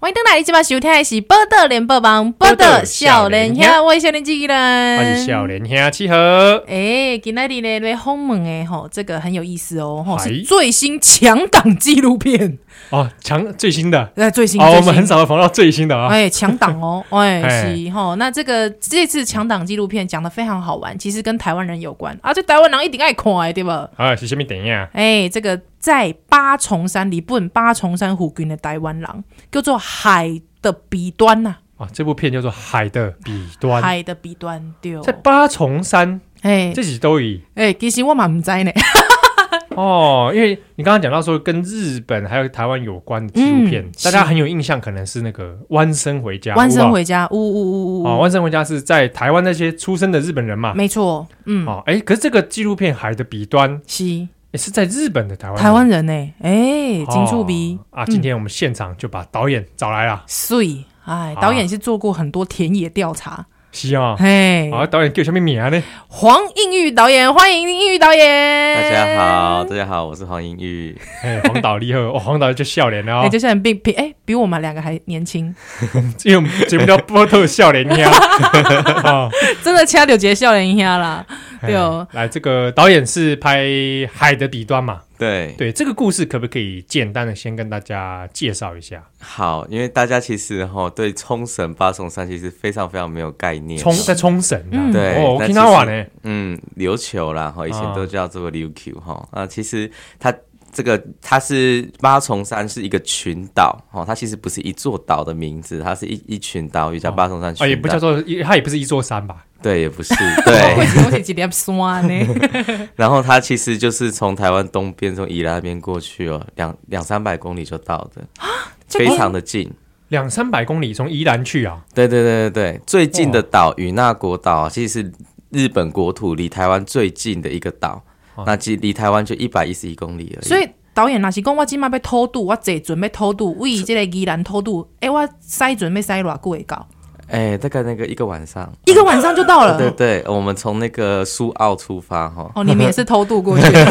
欢迎登来，你即摆收听的是《报道联播网》，报道少年报道少年兄，我是少年机器人，欢迎少年兄七和。诶、今仔日咧咧访问诶吼，这个很有意思哦，吼嗨是最新强档纪录片，哦，强最新的呃，最新，哦，最我新们很少会碰到最新的啊。哎，强档 哦，哎哎是吼，那这个这次强档纪录片讲的非常好玩，其实跟台湾人有关啊，这台湾人一定爱看的对吧？啊，是什么电影啊？哎，这个在八重山日本八重山附近的台湾人叫做海的彼端呐、哦，这部片叫做《海的彼端》，海的彼端对哦，在八重山，哎这几都以哎，其实我嘛唔知呢，哦，因为你刚刚讲到说跟日本还有台湾有关的纪录片嗯，大家是很有印象，可能是那个《弯身回家》。弯身有没有啊回家，呜呜呜哦，《呜，弯身回家》是在台湾那些出生的日本人嘛？没错，嗯，哦，哎，可是这个纪录片《海的彼端》是。诶是在日本的台湾人台湾人呢、哎、金触鼻嗯哦啊！今天我们现场就把导演找来了，碎，哎，啊导演是做过很多田野调查，是啊，嘿，啊，导演叫什么名 呢？黄映玉导演，欢迎映玉导演，大家好，，大家好，我是黄英玉。哎，黄导厉害哦，黄导就笑脸了哎、哦，就像比比哎、比我们两个还年轻， 因为我们节目叫波特笑脸喵。哦真的掐柳节笑人一下啦， 对哦，哎来，这个导演是拍《海的彼端》嘛？对，对，这个故事可不可以简单的先跟大家介绍一下？好，因为大家其实哈对冲绳八重山其实非常非常没有概念。冲在冲绳啊，嗯对哦，我那听其他实玩呢，嗯，琉球啦，哈，以前啊都叫做琉球哈。啊，其实它这个它是八重山是一个群岛哈，它其实不是一座岛的名字，它是一一群岛屿叫八重山群岛。啊，也不叫做，也它也不是一座山吧？对，也 不是哦为对。什么是几粒酸 呢？然后它其实就是从台湾东边从宜兰那边过去哦，两两三百公里就到的，这个非常的近。两三百公里从宜兰去啊，对对对对对，最近的岛与那国岛啊其实是日本国土离台湾最近的一个岛，哦那其实离台湾就一百一十一公里而已。所以导演若是讲我今麦要偷渡，我这准备偷渡，为这个宜兰偷渡，哎、我塞准备塞偌久会到？哎、大概那个一个晚上，一个晚上就到 对了。对，我们从那个苏澳出发哈，哦，你们也是偷渡 过去的，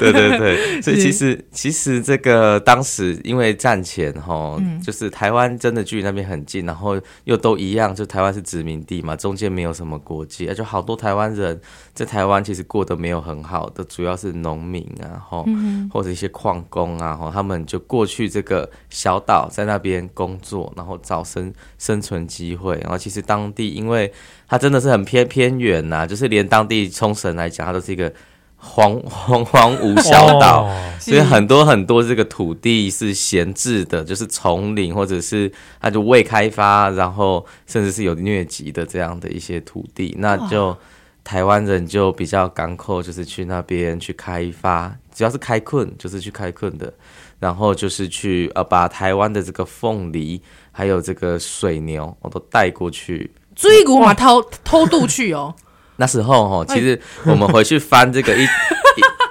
对对对，所以其实其实这个当时因为战前哈，就是台湾真的距离那边很近，然后又都一样，就台湾是殖民地嘛，中间没有什么国界，而且好多台湾人在台湾其实过得没有很好的，主要是农民啊，哈，或者一些矿工啊，哈，他们就过去这个小岛在那边工作，然后找生生存机会，然后其实当地因为它真的是很偏偏远呐、就是连当地冲绳来讲，它都是一个荒荒荒芜小岛。哦所以很多很多这个土地是闲置的，就是丛林或者是它就未开发，然后甚至是有疟疾的这样的一些土地，那就台湾人就比较港口，就是去那边去开发，主要是开垦，就是去开垦的，然后就是去呃把台湾的这个凤梨还有这个水牛我都带过去。追古嘛偷偷渡去哦。那时候哦，其实我们回去翻这 个一一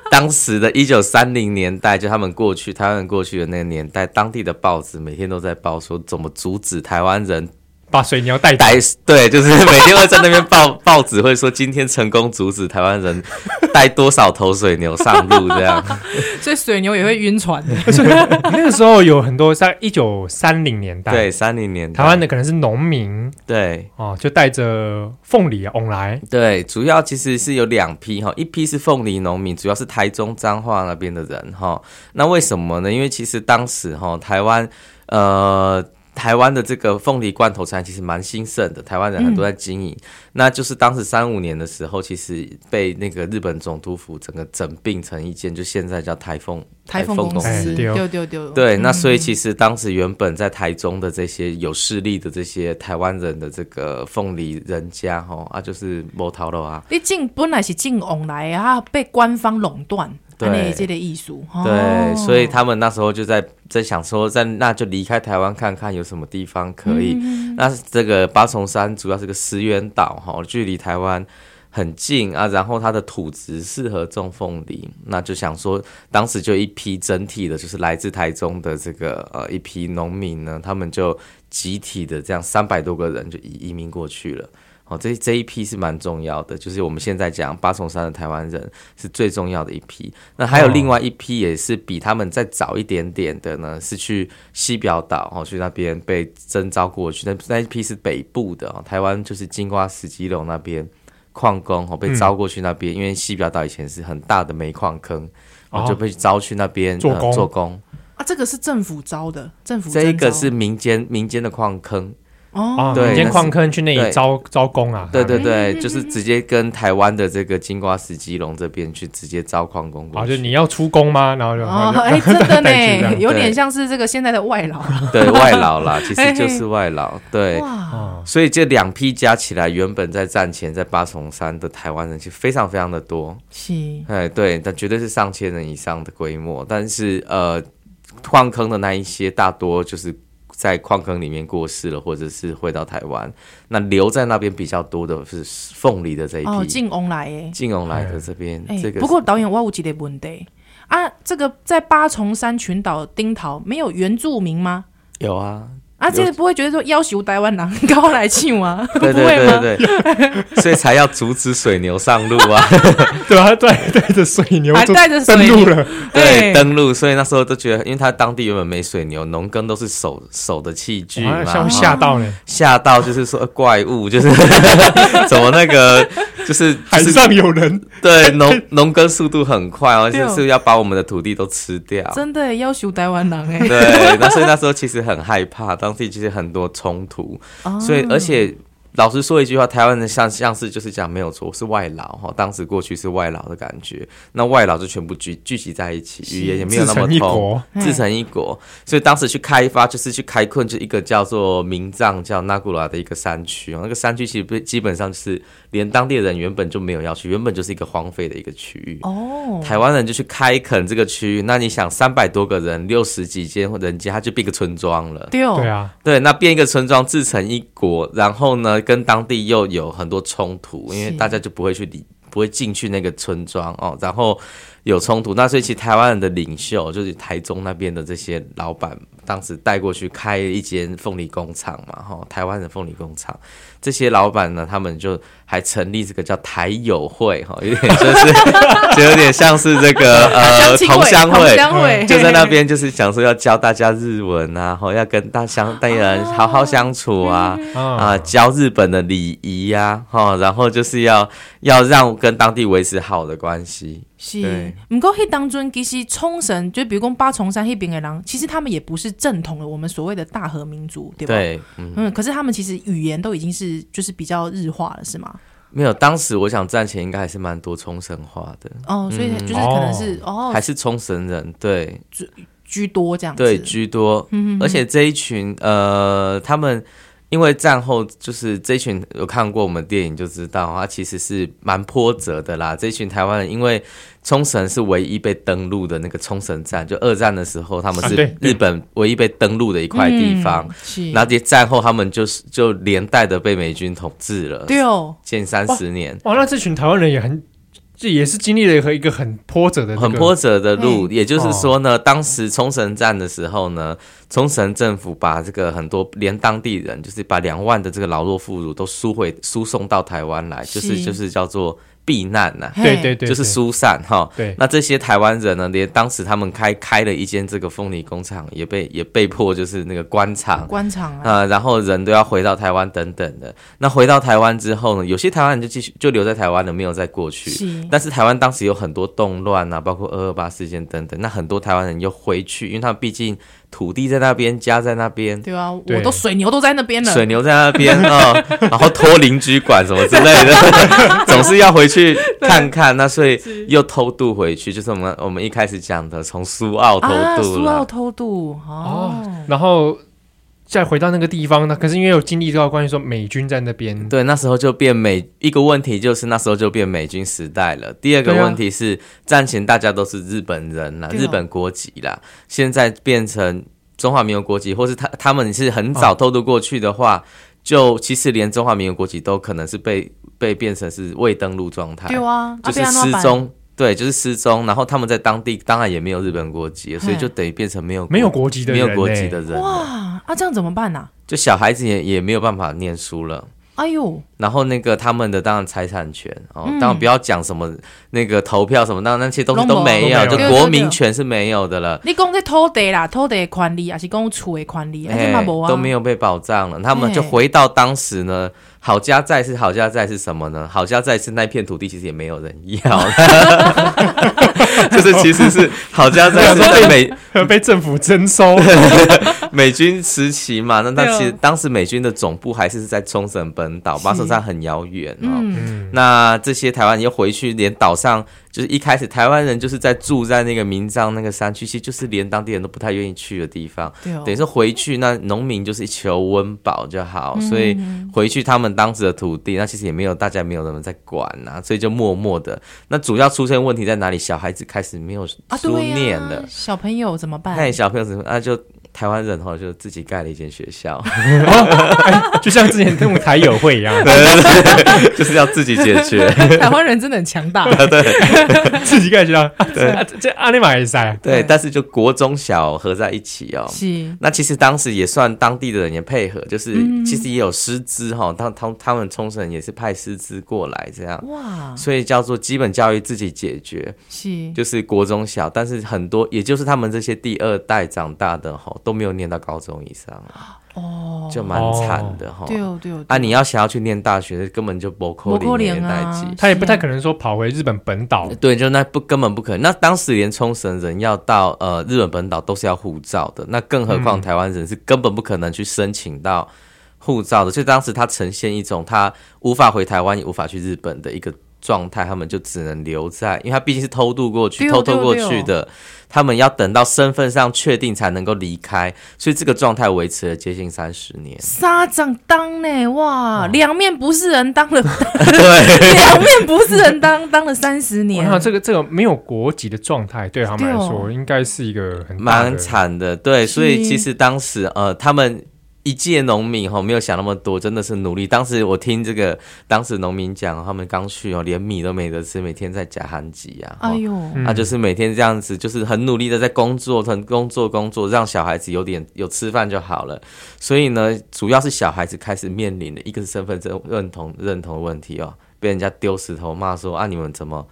当时的一九三零年代，就他们过去台湾人过去的那个年代，当地的报纸每天都在报说怎么阻止台湾人把水鸟带 走，逮，对，就是每天会在那边报报纸会说今天成功阻止台湾人带多少头水牛上路 这样。所以水牛也会晕 船。那个时候有很多在一九三零年代，对，三零年代台湾的可能是农民对。哦，就带着凤梨翁来对，主要其实是有两批哈，一批是凤梨农民，主要是台中彰化那边的人哈。那为什么呢？因为其实当时哈，台湾呃。台湾的这个凤梨罐头产其实蛮兴盛的，台湾人很多在经营。那就是当时三五年的时候，其实被那个日本总督府整个整并成一间，就现在叫台风台风公哎司，对哦丢丢嗯丢。对，那所以实其实当时原本在台中的这些有势力的这些台湾人的这个凤梨人家哈啊，就是摸头了啊，你进本来是进往来的啊，被官方垄断，对安尼这个艺术。哦对，所以他们那时候就在在想说，在那就离开台湾看看有什么地方可以。那这个八重山主要是个石原岛哈，距离台湾很近啊，然后它的土质适合种凤梨，那就想说，当时就一批整体的，就是来自台中的这个呃一批农民呢，他们就集体的这样三百多个人就移移民过去了。哦，这这一批是蛮重要的，就是我们现在讲八重山的台湾人是最重要的一批。那还有另外一批也是比他们再早一点点的呢，是去西表岛哦，去那边被征召过去。那那一批是北部的哦，台湾就是金瓜石、基隆那边矿工嗯哦，被招过去那边，因为西表岛以前是很大的煤矿坑，哦哦、就被招去那边做工呃、做工。啊，这个是政府招的，政府这一个征召是民间民间的矿坑，哦，啊，对民间那是矿坑去那里对招招工啊，对对啊，嗯对，就是直接跟台湾的这个金瓜石、基隆这边去直接招矿工过啊，去。就你要出工吗？然后就哦然，后哎，真的 带去这呢，样有点像是这个现在的外劳 对外劳 啦，其实就是外劳。对，哇，啊，所以这两批加起来，原本在战前在八重山的台湾人其实非常非常的多，是哎，对，但绝对是上千人以上的规模。但是呃，矿坑的那一些大多就是。在矿坑里面过世了，或者是回到台湾，那留在那边比较多的是凤梨的这一批，哦，进翁来哎，金融来的这边，哎、这个不过导演，我有一个问题啊，这个在八重山群岛丁桃没有原住民吗？有啊，啊，有这个不会觉得说要求台湾人高来庆 吗？对不对会吗？对对 对，所以才要阻止水牛上路啊，对啊，对对着水牛还就带着水登牛陆了，哎对，登陆。所以那时候都觉得，因为他当地原本没水牛，农耕都是手手的器具嘛，哇吓啊吓到呢，吓到就是说呃怪物， 就是怎么那个就是海就是上有人，对农农耕速度很快哦，而对且哦是要把我们的土地都吃掉。真的耶要求台湾人 哎，对，那所以那时候其实很害怕，当地其实很多冲突，哦所以而且老实说一句话，台湾人像像是就是讲没有错，是外劳哈，当时过去是外劳的感觉，那外劳就全部聚聚集在一起，语言也没有自那么成一通。国，嘿自成一国，所以当时去开发就是去开垦，就一个叫做明藏叫纳古拉的一个山区哦。那个山区其实不基本上就是连当地人原本就没有要去，原本就是一个荒废的一个区域。哦，台湾人就去开垦这个区域，那你想三百多个人，六十几间人家，它就变个村庄了。对对哦，啊，对，那变一个村庄自成一国，然后呢，跟当地又有很多冲突，因为是大家就不会去理，不会进去那个村庄哦，然后有冲突。那所以其实台湾人的领袖就是台中那边的这些老板，当时带过去开一间凤梨工厂嘛，哈、台湾的凤梨工厂，这些老板呢，他们就还成立这个叫台友会，哈、有点就是 就有点像是这个呃同同乡会，会嗯同。乡会 就在那。边，就是想说要教大家日文啊，吼，要跟大相当人好好相处啊，嗯啊、啊，教日本的礼仪呀，吼，然后就是要要让跟当地维持好的关系。是对，不过迄当中其实冲绳，就比如讲八重山那边的人，其实他们也不是正统的我们所谓的大和民族，对吧？对，嗯，嗯，可是他们其实语言都已经是就是比较日化了，是吗？没有，当时我想战前应该还是蛮多冲绳话的，哦，所以就是可能是哦嗯还是冲绳人，对居多这样子。嗯对居多，而且这一群呃，他们。因为战后就是这一群有看过我们电影就知道，他其实是蛮波折的啦。这一群台湾人，因为冲绳是唯一被登陆的那个冲绳站，就二战的时候，他们啊对是对日本唯一被登陆的一块地方。嗯、是，然后在战后，他们就是就连带的被美军统治了，对哦，近三十年，哇，那这群台湾人也很，这也是经历了一个一个很波折的这个哦很波折的路。也就是说呢，当时冲绳站的时候呢，冲绳政府把这个很多连当地人，就是把两万的这个劳弱妇孺都输回输送到台湾来，就是是就是叫做避难呐、对嘿对对，就是对疏散哈。对那这些台湾人呢，连当时他们开开了一间这个凤梨工厂，也被也被迫就是那个关厂。官场啊，呃，然后人都要回到台湾等等的。那回到台湾之后呢，有些台湾人就继续就留在台湾了，没有再过去。是但是台湾当时有很多动乱啊，包括二二八事件等等。那很多台湾人又回去，因为他们毕竟土地在那边，家在那边，对啊，我对都水牛都在那边了，水牛在那边啊、哦然后拖邻居管什么之类的，总是要回去看看。那所以又偷渡回去，就是我们我们一开始讲的，从苏澳偷啊，渡苏了。澳偷渡哦，然后再回到那个地方呢，可是因为有经历到关于说美军在那边，对，那时候就变美一个问题就是那时候就变美军时代了。第二个对啊啊问题是、战前大家都是日本人啦，对哦日本国籍啦，现在变成中华民国国籍，或是他他们是很早哦偷渡过去的话，就其实连中华民国国籍都可能是被被变成是未登陆状态对，啊，就是啊失，踪。对，就是失踪，然后他们在当地当然也没有日本国籍，所以嘿就等于变成没有没有国籍的没人、有国籍的，人啊了，哇，啊这样怎么办呐？就小孩子也也没有办法念书了。哎呦，然后那个他们的当然财产权哦，嗯当然不要讲什么那个投票什么，那那些东西都没有，都就没有国民权是没有的了。你讲这土地啦，土地的权利，还是讲厝的权利，哎，这嘛无啊，都没有被保障了，他们就哎回到当时呢。好家在是好家在是什么呢？好家在是那片土地其实也没有人 要， 就是其实是好家 在是在美 被政府征 收。美军时期嘛，那对那哦其实当时美军的总部还是在冲绳本岛，是巴士站很遥远哦。嗯那这些台湾人又回去，连岛上就是一开始台湾人就是在住在那个民藏那个山区，其实就是连当地人都不太愿意去的地方。对哦，等于说回去，那农民就是求温饱就好，所以回去他们当时的土地，那其实也没有大家没有人在管啊，所以就默默的。那主要出现问题在哪里？小孩子开始没有啊，书对念呀了，，小朋友怎么办？那小朋友怎么啊？就台湾人哈，就自己盖了一间学校， 哦哎就像之前那种台友会一样，就是要自己解决。台湾人真的很强 大，啊自己感觉 到，啊这这阿尼玛也塞，对，对但是就国中小合在一起哦。是，那其实当时也算当地的人也配合，就是嗯其实也有师资哈，他他他们冲绳人也是派师资过来这样，哇，所以叫做基本教育自己解决。是，就是国中小，但是很多也就是他们这些第二代长大的吼都没有念到高中以上，啊哦，就蛮惨的吼。对哦，对哦，啊，你要想要去念大学，根本就不可不可能能的代啊际。他也不太可能说跑回日本本岛，对，就那不根本不可能。那当时连冲绳人要到呃日本本岛都是要护照的，那更何况嗯台湾人是根本不可能去申请到护照的。所以当时他呈现一种他无法回台湾，也无法去日本的一个状态，他们就只能留在，因为他毕竟是偷渡过去、对哦偷渡过对哦去的，他们要等到身份上确定才能够离开，所以这个状态维持了接近三十年。沙掌当呢，哦哇，两面不是人 当了，对，两面不是人当，当了三十我年，想这个这个没有国籍的状态，对他们来啊对说应该是一个很大的蛮惨的，对，所以其实当时呃，他们一介农民哈，没有想那么多，真的是努力。当时我听这个当时农民讲，他们刚去哦，连米都没得吃，每天在假寒集啊，哎哦呦，嗯他、就是每天这样子，就是很努力的在工作，很工作工作，让小孩子有点有吃饭就好了。所以呢，主要是小孩子开始面临的一个是身份证认同认同的问题哦，被人家丢石头骂说啊，你们怎么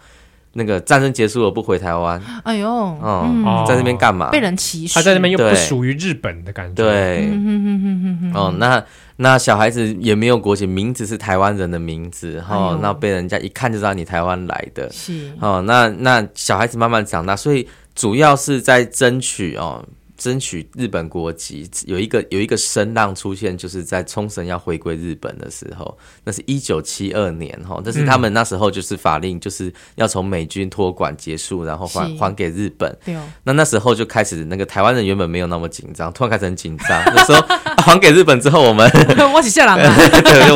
那个战争结束了不回台湾？哎呦，哦嗯，哦在那边干嘛？被人歧视，他在那边又不对属于日本的感觉，，对，嗯哼哼哼哼哼，哦，那那小孩子也没有国籍，名字是台湾人的名字哈、哎哦呦那被人家一看就知道你台湾来的嗯 是，哦。那那小孩子慢慢长大，所以主要是在争取哦，争取日本国籍。有一个有一个声浪出现，就是在冲绳要回归日本的时候，那是一九七二年哈、哦，嗯但是他们那时候就是法令，就是要从美军托管结束，然后还是还给日本。对哦，那那时候就开始，那个台湾人原本没有那么紧张，突然开始很紧张。 那时候、啊还给日本之后， 我们我是下人啊，对就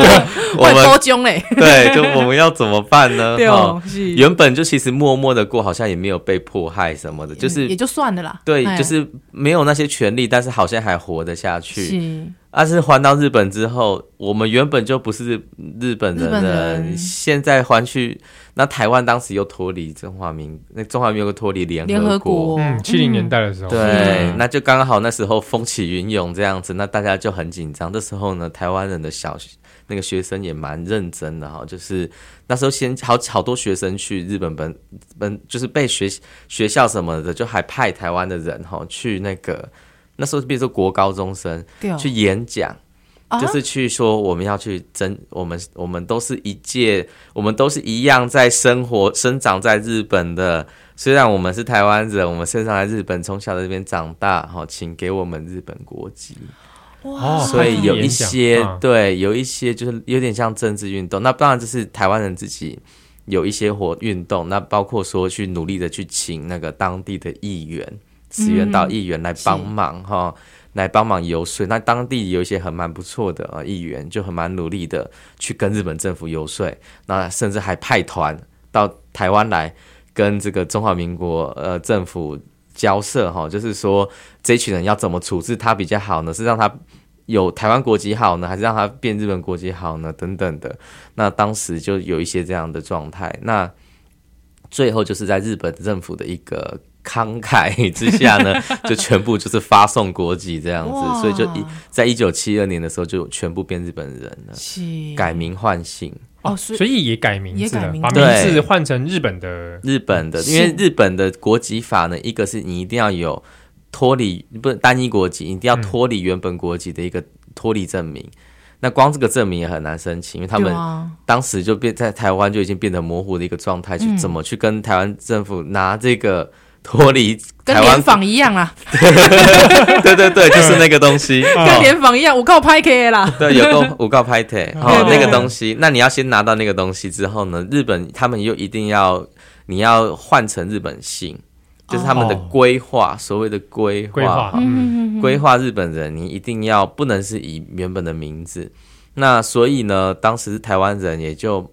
我我我们多囧嘞，对，就我们要怎么办 呢？对哈哦，是，原本就其实默默的过，好像也没有被迫害什么的，就也是就算了啦，对，哎就是没有那些权利，但是好像还活得下去。是，但是还到日本之后，我们原本就不是日日本人日本了，人现在还去那台湾当时又脱离中华民，那中华民国脱离联联合国，嗯，七零年代的时候，对，那就刚好那时候风起云涌这样子，那大家就很紧张。这时候呢，台湾人的小那个学生也蛮认真的哈，就是那时候先好好多学生去日本本本，就是被学学校什么的，就还派台湾的人哈去那个那时候，比如说国高中生对哦，去演讲。啊就是去说我们要去争，我们我们都是一届，我们都是一样在生活生长在日本的。虽然我们是台湾人，我们生长在日本，从小在这边长大，哈，请给我们日本国籍。哇，哦所以有一演些讲嗯对，有一些就是有点像政治运动。那当然这是台湾人自己有一些活运动，那包括说去努力的去请那个当地的议嗯员、石原岛议员来帮忙哈、来帮忙游说。那当地有一些很蛮不错的呃议员，就很蛮努力的去跟日本政府游说，那甚至还派团到台湾来跟这个中华民国呃政府。交涉哈，就是说这群人要怎么处置他比较好呢？是让他有台湾国籍好呢，还是让他变日本国籍好呢？等等的。那当时就有一些这样的状态。那最后就是在日本政府的一个慷慨之下 呢，就全部就是发送国籍这样哇子，所以就一在一九七二年的时候就全部变日本人了，是改名换姓。哦哦，所所以以也改名字也改了，名把字名字对换成日本的日本的，是因为日本的国籍法呢，一个是你一定要有脱离不是单一国籍，你一定要脱离原本国籍的一个脱离证明。那光这个证明也很难申请，因为他对们啊，当时就变在台湾就已经变得模糊的一个状态，嗯去怎么去跟台湾政府拿这个脱离跟台联湾？访一样啊啦， 对对对，就是那个东西。跟联访一样，我靠拍 K 啦，对，有够五告拍腿，哦，对那个东西，那你要先拿到那个东西之后呢，日本他们又一定要你要换成日本姓，就是他们的哦规划，所谓的规规划划，，嗯，规划日本人，你一定要不能是以原本的名字。那所以呢，当时台湾人也就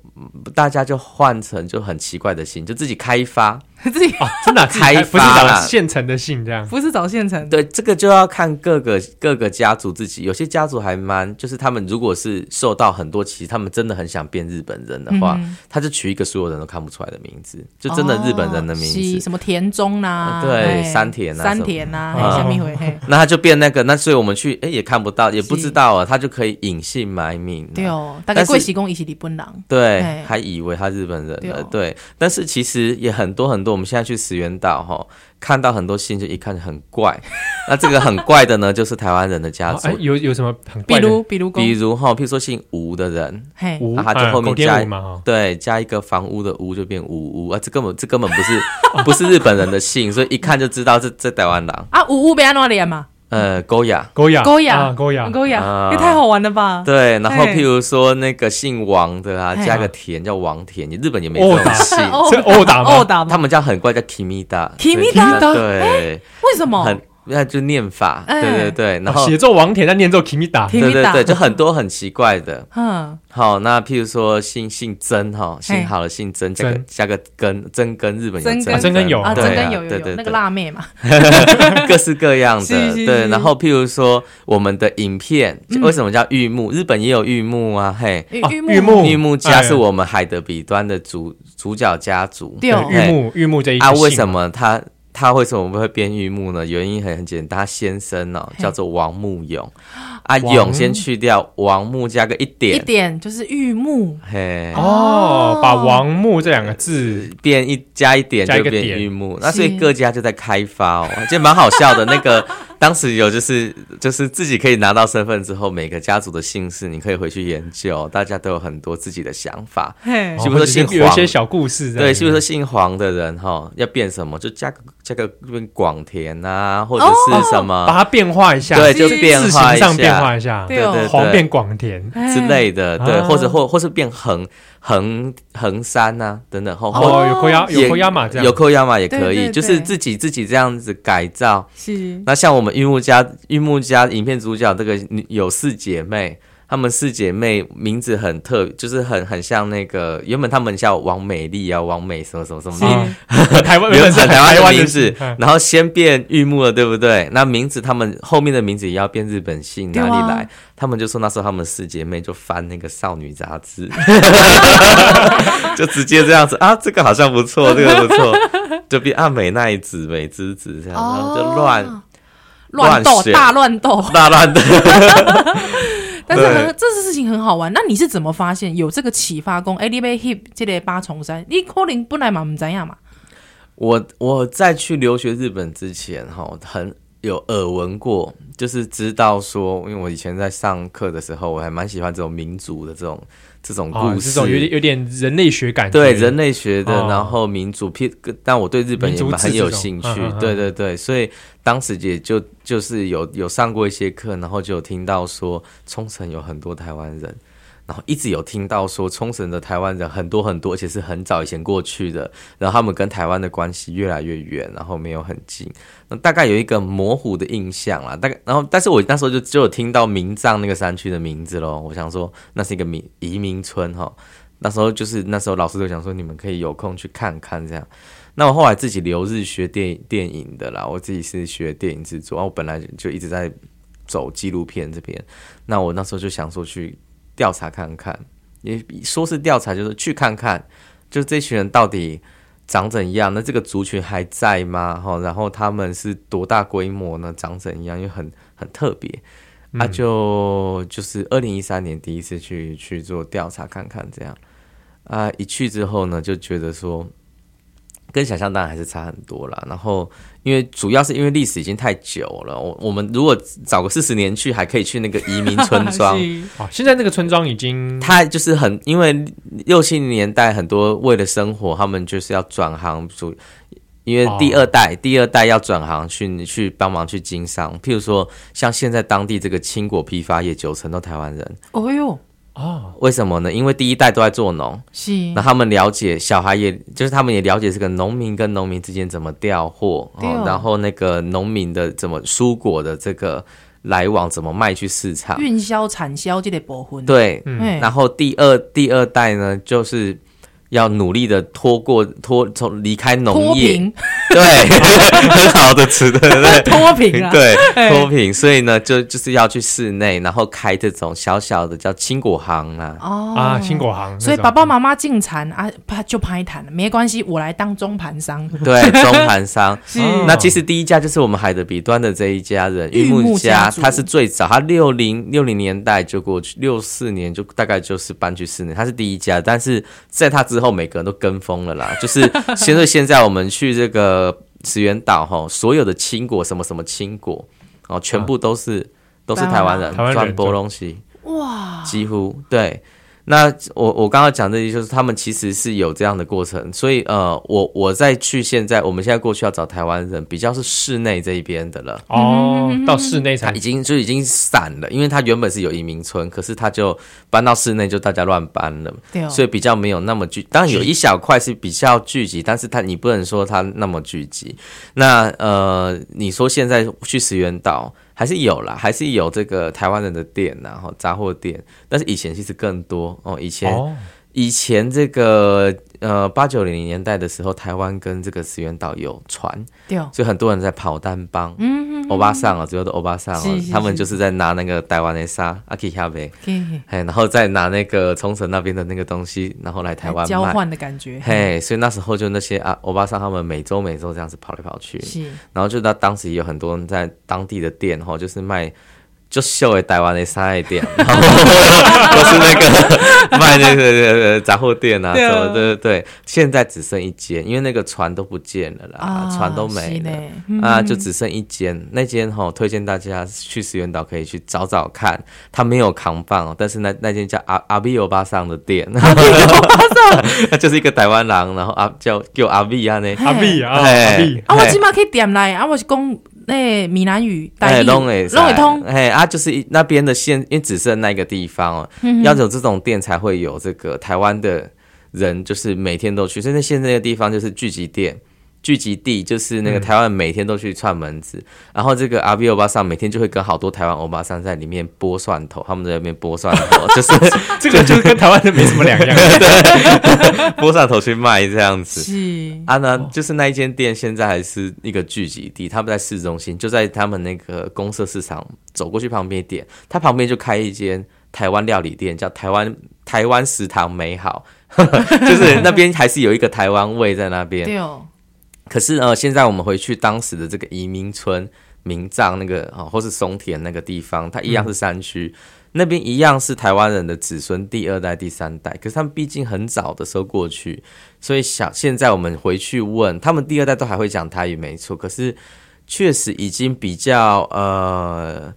大家就换成就很奇怪的姓，就自己开发。 自己哦，真的啊自己开开不是发找啦现成的信这样，不是找现成，对，这个就要看各个各个家族自己，有些家族还蛮，就是他们如果是受到很多歧视，他们真的很想变日本人的嗯话，他就取一个所有人都看不出来的名字，就真的日本人的名哦字。是什么田中啦，啊对嘿山田啊山田呐，什么嘿下面一回 嘿，那他就变那个，那所以我们去，哎，也看不到，也不是知道啊，他就可以隐姓埋名啊、对哦，大概但是贵喜公一起日本人，对哎，还以为他日本人对了，哦对。但是其实也很多很多，我们现在去石原岛哈，看到很多信就一看就很 怪。那这个很怪的呢，就是台湾人的家哦族哎，，有有什么很比怪的如比如公比，如哈，譬如说姓吴的人，嘿，吴啊他就啊后面狗天加吴嘛哈，对，加一个房屋的屋就变吴屋啊，这根本这根本不是不是日本人的姓，所以一看就知道这这台湾狼，啊，五五被安怎脸嘛，呃，勾雅。狗雅狗雅啊狗雅，狗呀，啊也太好玩了吧，对，然后哎譬如说那个姓王的啊，哎加个田叫王田，日本也没这哦种姓，殴是殴打吗 殴打他吗？们家很怪叫 Kimida。 Kimida 对，为什么？很那就念法，哎对对对，然哦后写作王田，但念作 Kimi 打， Kimi 对对 Kimida 对，就很多很奇怪的。嗯，好，那譬如说姓姓曾哈，嘿姓好了姓曾，加个曾加个根曾根，日本曾有根啊曾根有啊，对真跟啊有有对有对那个对辣妹嘛， 各式各样是的是嗯对是。然后譬如说我们的影片，为什么叫玉木？日本也有玉木啊，嘿，玉哦玉玉木木玉木家是哎我们海德彼端的主主角家族。对哦对玉木玉木哎这一个啊，姓为什么他他为什么会编玉木呢？原因很很简单，他先生哦嘿叫做王木 勇，啊，王勇先去掉王木加个一一点，点就是玉木，嘿，哦，把王木这两个字变一加一点加一就个变点玉木，那是所以各家就在开发哦，就蛮好笑的。那个 当时有就是就是自己可以拿到身份之后，每个家族的姓氏你可以回去研究，大家都有很多自己的想法。嘿，是不是哦姓黄有一些小故事这样？对，是不是说姓黄的人哈、要变什么，就加个加个变广田啊，或者是什么、哦把它变化一下？对，是就变字化形一上变下，化一下，对哦对对黄变广田，之类的，对，啊或者或或是变横横横山呐、啊、等等，后或哦，有扣押有也扣押嘛这有样，扣亚马也可对对以，对就是自己自己这样子改造。是那像我们玉木家玉木家影片主角这个女有四姐妹。她们四姐妹名字很特，就是很很像那个原本她们叫王美丽啊、王美什么什么什么，啊台湾原本是嗯台湾的湾名字嗯，然后先变玉木了，对不对？那名字他们后面的名字也要变日本姓，对哪啊里来？他们就说那时候他们四姐妹就翻那个少女杂 志，就直接这样子啊，这个好像不错，这个不错，就变啊美奈子、美之子这样，然后就乱哦乱斗乱选大乱斗，大乱的。但是很这次事情很好玩。那你是怎么发现有这个启发功？哎，你被 hip 这个八重山，你可能本来嘛唔知样嘛，我我在去留学日本之前，哈，很有耳闻过，就是知道说，因为我以前在上课的时候，我还蛮喜欢这种民族的这种这种哦故这事，种有点有点人类学感觉，对人类学的，哦然后民族偏，但我对日本也民族蛮志很有这种兴趣，嗯嗯嗯对对对，所以当时也就就是有有上过一些课，然后就有听到说冲绳有很多台湾人，然后一直有听到说冲绳的台湾人很多很多，而且是很早以前过去的，然后他们跟台湾的关系越来越远，然后没有很近，那大概有一个模糊的印象啦，大概然后但是我那时候就就有听到名藏那个山区的名字咯，我想说那是一个民移民村哈。那时候就是那时候老师就讲说，你们可以有空去看看这样。那我后来自己留日学电影电影的啦，我自己是学电影制作，然后我本来就一直在走纪录片这边。那我那时候就想说去调查看看，也说是调查，就是去看看，就这群人到底长怎样？那这个族群还在吗？哈，然后他们是多大规模呢？长怎样？因为很很特别，那、啊、就就是二零一三年第一次去去做调查看看这样啊，一去之后呢，就觉得说跟想象当然还是差很多啦。然后因为主要是因为历史已经太久了，我我们如果找个四十年去，还可以去那个移民 村庄。是哦，现在那个村庄已经他就是很，因为六七零年代很多为了生活，他们就是要转行主，因为第二哦代、第二代要转行去去帮忙去经商。譬如说，像现在当地这个青果批发业，九成都台湾人，哦嗯哟，哦，为什么呢？因为第一代都在做农，是那他们了解小孩也，就是他们也了解这个农民跟农民之间怎么调货、对哦然后那个农民的怎么蔬果的这个来往怎么卖去市场，运销、产销这类部分。对，嘿，然后第二第二代呢，就是要努力的脱过脱从离开农脱业，贫， 对，很好的词，对不对？脱贫啊， 对，脱贫，所以呢，就就是要去室内，然后开这种小小的叫青果行啦、哦啊，新果行那种，所以爸爸妈妈进产啊，怕就拍谈，没关系，我来当中盘商。对， 中盘商。是哦那其实第一家就是我们海德彼端的这一家人，玉玉木木家家，族他是最早，他六零六零年代就过去，六四年就大概就是搬去室内，他是第一家，但是在他之后每个人都跟风 了啦，就是现在现在我们去这个石原岛哈，所有的青果什么什么青果哦，全部都是、都是台湾人台湾人专播做东西，哇，几乎对。那我我刚刚讲这些，就是他们其实是有这样的过程，所以呃，我我再去现在，我们现在过去要找台湾人，比较是室内这一边的了，嗯哦，到室内他才已经就已经散了，因为他原本是有移民村，可是他就搬到室内，就大家乱搬了，对哦，所以比较没有那么聚，当然有一小块是比较聚集，但是它你不能说它那么聚集。那呃，你说现在去石原岛还是有啦，还是有这个台湾人的店啊，然后杂货店，但是以前其实更多哦，以前、哦，以前这个呃八九零年代的时候，台湾跟这个石原岛有船，对哦，所以很多人在跑单帮，嗯，欧巴桑啊，主要的欧巴桑是啊是，他们是就是在拿那个台湾的沙阿基亚贝。可以嘿，然后再拿那个冲绳那边的那个东西，然后来台湾交卖。换的感觉，嘿，所以那时候就那些啊，欧巴桑他们每周每周这样子跑来跑去，是然后就到当时也有很多人在当地的店哈，吼就是卖就秀诶台湾的商业 店，然后都是那个卖那个杂货店啊，对啊什么对对对。现在只剩一间，因为那个船都不见了啦，啊船都没啊是了。呢，嗯啊，就只剩一间，那间吼、推荐大家去石原岛可以去找找看，它没有扛棒哦，但是那那间叫阿阿 V 欧巴桑的店，阿 V 欧巴桑，他 就是一个台湾人，然后阿叫叫阿 V 啊 呢，阿碧啊，嘿阿 碧，啊，我嘿起码可以点来啊，我是讲那闽南语、台哎，语、拢会拢会通，哎啊，就是一那边的县，因为只剩那个地方哦，嗯要有这种店才会有这个台湾的人，就是每天都去。所以那现在那个地方就是聚集店。聚集地就是嗯那个台湾每天都去串门子，然后这个阿 B 欧巴桑每天就会跟好多台湾欧巴桑在里面剥蒜头，他们在那边剥蒜头， 就是 这个就跟台湾的没什么两样。剥蒜头去卖这样子。是啊，那就是那一间店现在还是一个聚集地，他们在市中心，就在他们那个公社市场走过去旁边一点，它旁边就开一间台湾料理店，叫台湾台湾食堂美好， 就是那边还是有一个台湾味在那边。对哦，可是呢，现在我们回去当时的这个移民村、民藏那个啊、哦，或是松田那个地方，它一样是山区，那边一样是台湾人的子孙第二代、第三代。可是他们毕竟很早的时候过去，所以想现在我们回去问他们，第二代都还会讲台语，没错。可是确实已经比较呃，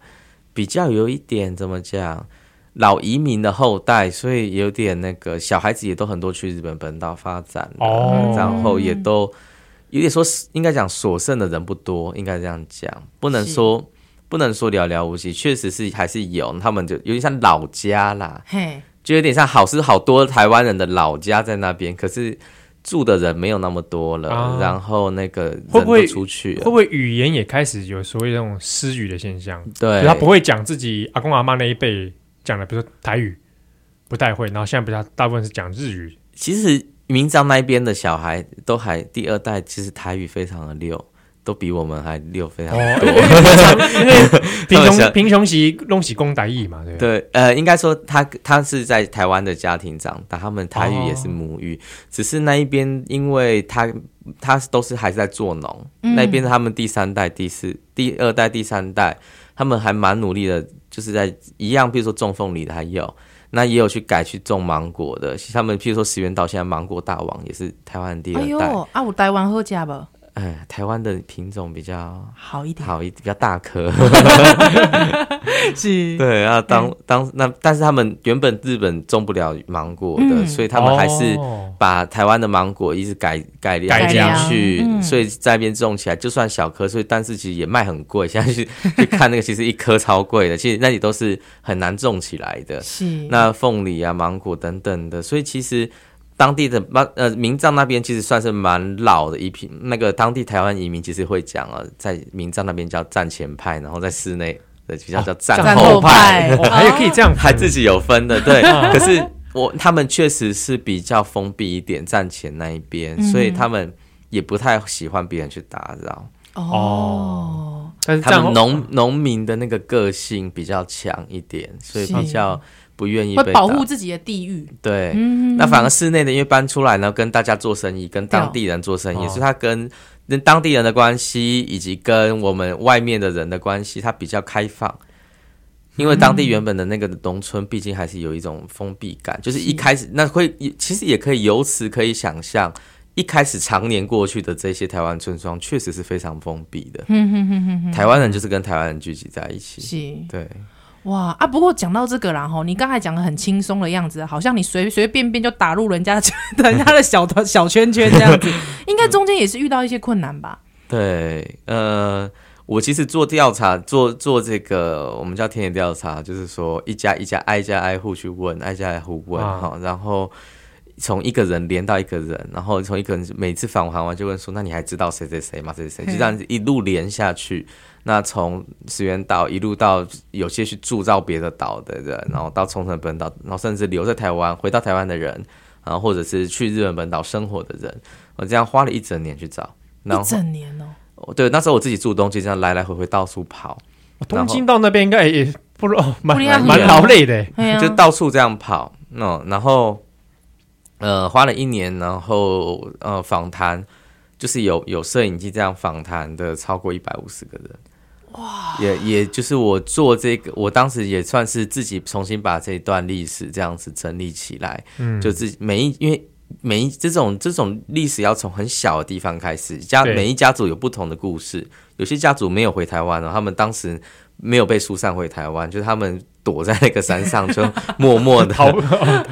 比较有一点怎么讲？老移民的后代，所以有点那个小孩子也都很多去日本本岛发展啊哦然后也都有点说是应该讲所剩的人不多，应该这样讲，不能是说不能说寥寥无几，确实是还是有，他们就有点像老家啦，嘿，就有点像好是好多台湾人的老家在那边，可是住的人没有那么多了，啊然后那个人会不会都出去会了，不会语言也开始有所谓那种失语的现象？就对，是他不会讲自己阿公阿妈那一辈讲的，比如说台语不太会，然后现在比较大部分是讲日语，其实明章那边的小孩都还第二代，其实台语非常的溜，都比我们还溜非常哦，多。因为 因为他 贫们穷想贫穷是拢是讲台语嘛，对不对？对，呃，应该说他他是在台湾的家庭长大，他们台语也是哦母语，只是那一边因为他他都是还是在做农，嗯那边他们第三代、第四、第二代、第三代，他们还蛮努力的，就是在一样，比如说种凤梨的还有。那也有去改去种芒果的，他们譬如说石原岛现在芒果大王也是台湾第哎二呦代，，啊，我台湾好食不哎、台湾的品种比较好一点，好一比较大颗，是对啊，当当那，但是他们原本日本种不了芒果的，嗯所以他们还是哦把台湾的芒果一直改改改良良进去，嗯所以在那边种起来就算小颗，所以但是其实也卖很贵。现在去去看那个，其实一颗超贵的，其实那里都是很难种起来的。是，那凤梨啊、芒果等等的，所以其实当地的蛮呃民藏那边其实算是蛮老的一批，那个当地台湾移民其实会讲啊，在民藏那边叫战前派，然后在室内的比哦较叫战战后后派派，哦，还有可以这 样分，还自己有分嗯的，对。可是我他们确实是比较封闭一点，站前那一嗯边，所以他们也不太喜欢别人去打扰。哦，但是这他样们农农民的那个个性比较强一点，所以比是较不愿意会被保打护自己的地域，对，嗯那反而室内的因为搬出来呢，跟大家做生意，跟当地人做生对意，哦所以他跟跟当地人的关系，以及跟我们外面的人的关系，他比较开放。因为当地原本的那个农村，毕竟还是有一种封闭感，就是一开始那会，其实也可以由此可以想象，一开始常年过去的这些台湾村庄，确实是非常封闭的。台湾人就是跟台湾人聚集在一起，是。对。哇啊！不过讲到这个啦，吼，你刚才讲的很轻松的样子，好像你随随便便就打入人家的人家的小团小圈圈这 样子，应该中间也是遇到一些困难吧？对，呃，我其实做调查，做做这个我们叫田野调查，就是说一家一家挨家挨户去问，挨家挨户问啊哈、然后从一个人连到一个人，然后从一个人每次访谈完就问说，那你还知道谁谁谁吗？谁谁谁，就这样子一路连下去。那从石原岛一路到有些去住到别的岛的人，然后到冲绳本岛，然后甚至留在台湾回到台湾的人，然后或者是去日本本岛生活的人，我这样花了一整年去找。然一后。整年哦、哦对，那时候我自己住东京，这样来来回回到处跑，哦东京到那边应该也也不哦蛮不厉害蛮劳累 的，哎呀，就到处这样跑。嗯，然后呃花了一年，然后呃访谈，就是有有摄影机这样访谈的超过一百五十个人。哇！也也就是我做这个，我当时也算是自己重新把这一段历史这样子整理起来，嗯，就自己每一因为。每一这种这种历史要从很小的地方开始，家对每一家族有不同的故事，有些家族没有回台湾哦，他们当时没有被疏散回台湾，就是他们躲在那个山上，就默默的逃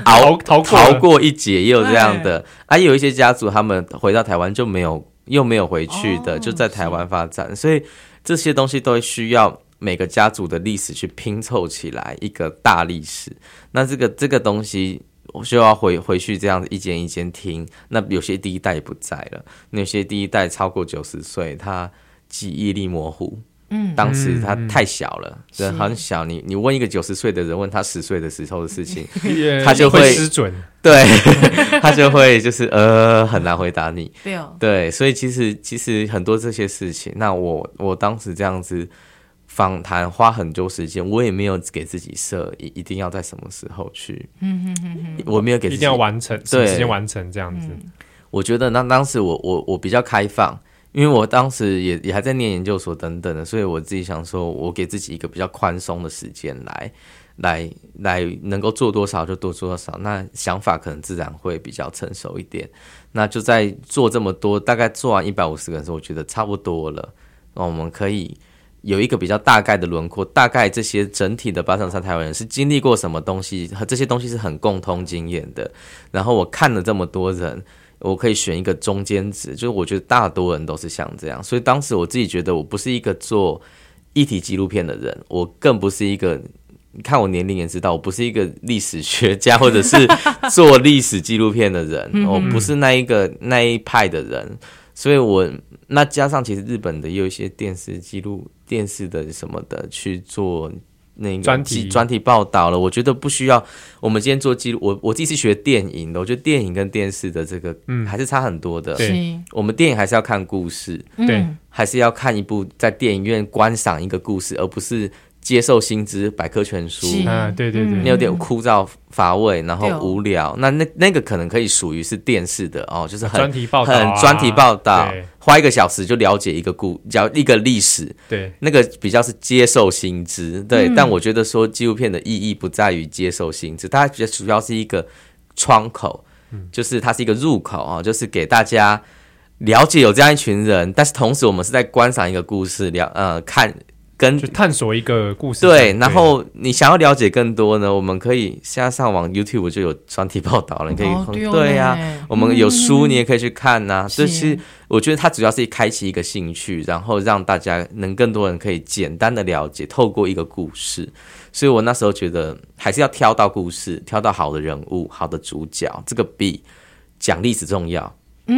熬逃逃过逃了过一劫，也有这样的。啊，有一些家族他们回到台湾就没有又没有回去的，哦就在台湾发展，所以这些东西都会需要每个家族的历史去拼凑起来一个大历史。那这个这个东西。我就要回回去这样子一间一间听，那有些第一代也不在了，那有些第一代超过九十岁，他记忆力模糊，嗯，当时他嗯太小了，是人很小，你你问一个九十岁的人，问他十岁的时候的事 情，也他就会会失准，对 他就会就是呃很难回答你。对哦，对，所以其实其实很多这些事情，那我我当时这样子访谈花很多时间，我也没有给自己设一一定要在什么时候去，嗯嗯嗯，我没有给一自定己要完成，什对么时间完成这样子，我觉得那当时我我我比较开放，因为我当时也也还在念研究所等等的，所以我自己想说，我给自己一个比较宽松的时间来来来能够做多少就多做多少，那想法可能自然会比较成熟一点。那就在做这么多，大概做完一百五十个人的时候，我觉得差不多了，那我们可以。有一个比较大概的轮廓，大概这些整体的巴掌山台湾人是经历过什么东西，和这些东西是很共通经验的。然后我看了这么多人，我可以选一个中间值，就是我觉得大多人都是像这样，所以当时我自己觉得我不是一个做议题纪录片的人，我更不是一个。你看我年龄也知道，我不是一个历史学家，或者是做历史纪录片的人，嗯我不是那一个那一派的人，所以我那加上其实日本的也有一些电视记录、电视的什么的去做那个专题记专题报道了。我觉得不需要，我们今天做记录，我我自己是学电影的，我觉得电影跟电视的这个嗯还是差很多的。对是我们电影还是要看故事，对嗯还是要看一部在电影院观赏一个故事，而不是接受新知百科全书。是啊，对对对，你有点枯燥乏味，然后嗯对哦无聊，那那那个可能可以属于是电视的哦，就是很专题报道啊，很专题报道对，花一个小时就了解一个故，了一个历史，对，那个比较是接受新知，对。嗯但我觉得说纪录片的意义不在于接受新知，它比较主要是一个窗口，嗯就是它是一个入口啊、哦，就是给大家了解有这样一群人，但是同时我们是在观赏一个故事，了呃看跟就探索一个故事。对，然后你想要了解更多呢，我们可以现在上网 YouTube 就有专题报道了，你可以、哦对哦呀、呢啊我们有书嗯你也可以去看呐、是就是我觉得它主要是开启一个兴趣，然后让大家能更多人可以简单的了解，透过一个故事。所以我那时候觉得还是要挑到故事，挑到好的人物、好的主角，这个比讲历史重要。嗯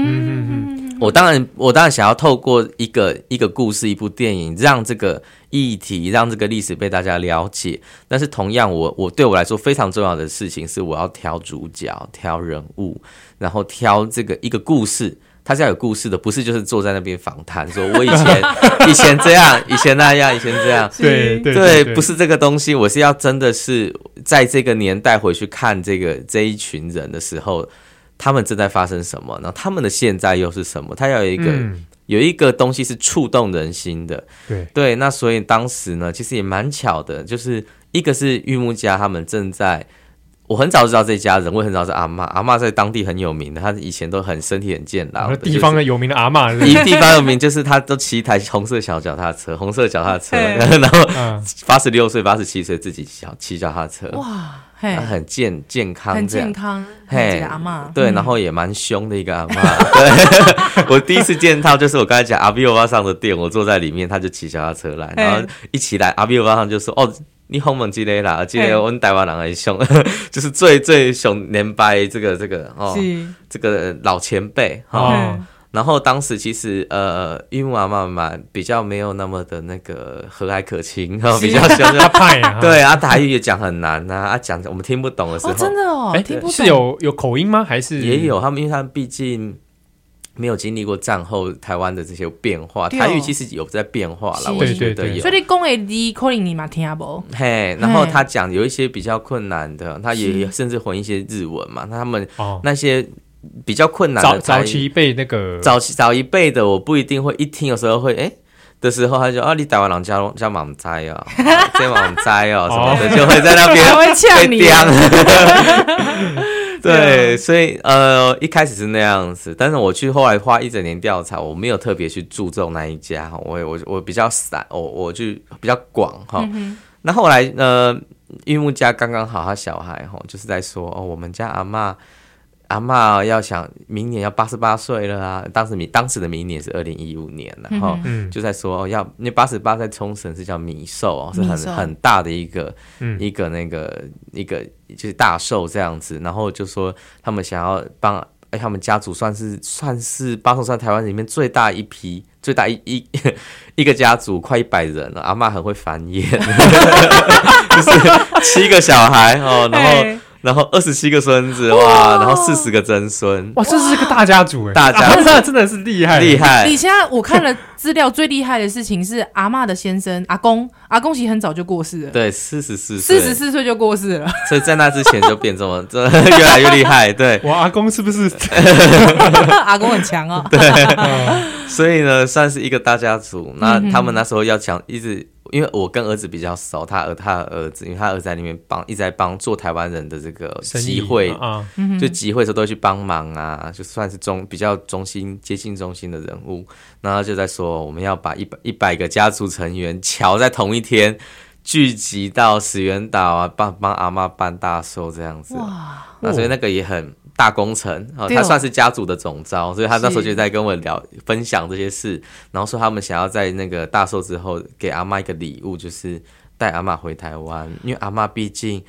嗯嗯，我当然，我当然想要透过一个一个故事、一部电影，让这个议题、让这个历史被大家了解。但是同样我，我对我来说非常重要的事情是，我要挑主角、挑人物，然后挑这个一个故事。它是要有故事的，不是就是坐在那边访谈，说我以前以前这样，以前那样，以前这样。对对对，对，不是这个东西，我是要真的是在这个年代回去看这个这一群人的时候，他们正在发生什么，然后他们的现在又是什么？他要有一个、嗯有一个东西是触动人心的。对对，那所以当时呢，其实也蛮巧的，就是一个是玉木家他们正在。我很早就知道这家人，我也很早知道阿嬷，阿嬷在当地很有名的，她以前都很身体很健然朗后的，地方的有名的阿嬷， 一地方有名，就是他都骑一台红色小脚踏车， 红色脚踏车，嘿然后嗯八十六岁、八十七岁自己骑脚骑脚踏车，哇，他嘿，很健健康很这样健。康，嘿这个阿嬷，对，嗯然后也蛮凶的一 个阿嬷。对， 我第一次见到就是我刚才讲阿比欧巴上的店，我坐在里面，他就骑脚踏车来，嘿然后一起来，阿比欧巴上就说：“哦，你好猛之类啦，今嘿天啊我们台湾人很凶， 就是最最凶年拜这个这个哦，是这个老前辈哦。哦，然后当时其实呃，因为妈妈妈比较没有那么的那个和蔼可亲，然后比较 凶， 他派啊， 对啊，台语也讲很难呐、啊，讲我们听不懂的时候，哦，真的哦，哎听不懂是有有口音吗？还是也有他们，因为他们毕竟没有经历过战后台湾的这些变化，对哦台语其实有在变化啦，是我觉对对得对有所。以你讲的字可能你嘛听无，嘿，然后他讲有一些比较困难的，他也是甚至混一些日文嘛，那他们哦，那些比较困难早的早台语期被那个早期早一辈的我不一定会一听，有时候会哎、诶的时候，他就啊，你台湾人叫叫莽灾哦，这莽灾哦什么的，就会在那 边还会呛 被你，啊刁。对，所以呃，一开始是那样子，但是我去后来花一整年调查，我没有特别去注重那一家，我我我比较散，我我就比较广哈。那后来呃，玉木家刚刚好，他小孩哈，就是在说哦，我们家阿嬷阿嬷要想明年要八十八岁了啊，当时明当时的明年是二零一五年了哈，嗯就在说哦，要那八十八在冲绳是叫米寿哦，是很米寿很大的一个、嗯一个那个一个就是大寿这样子，然后就说他们想要帮。哎，他们家族算是算是八寿山台湾里面最大一批，最大一 一一个家族，快一百人了。阿嬷很会繁衍， 就是七个小孩 哦，然后嘿然后二十七个孙子哇，然后四十个曾孙，哇，这是个大家族哎，大家族 啊那真的是厉害厉害以。前我看了资料，最厉害的事情是阿嬷的先生阿公，阿公其实很早就过世了，对，四十四岁，四十四岁就过世了，所以在那之前就变这么，这越来越厉害。对，我阿公是不 是？ 阿公很强哦，所以呢，算是一个大家族。嗯那他们那时候要讲，一直因为我跟儿子比较熟，他儿他儿子，因为他儿子在里面帮一直在帮做台湾人的这个生意集会，啊，就集会的时候都会去帮忙啊，就算是中比较中心接近中心的人物，然后就在说我们要把一百一百个家族成员瞧在同一天。聚集到石原岛啊，帮帮阿妈办大寿这样子。哇，那所以那个也很大工程哦，哦对哦他算是家族的总招，所以他那时候是就在跟我聊分享这些事，然后说他们想要在那个大寿之后给阿妈一个礼物，就是带阿妈回台湾，因为阿妈毕竟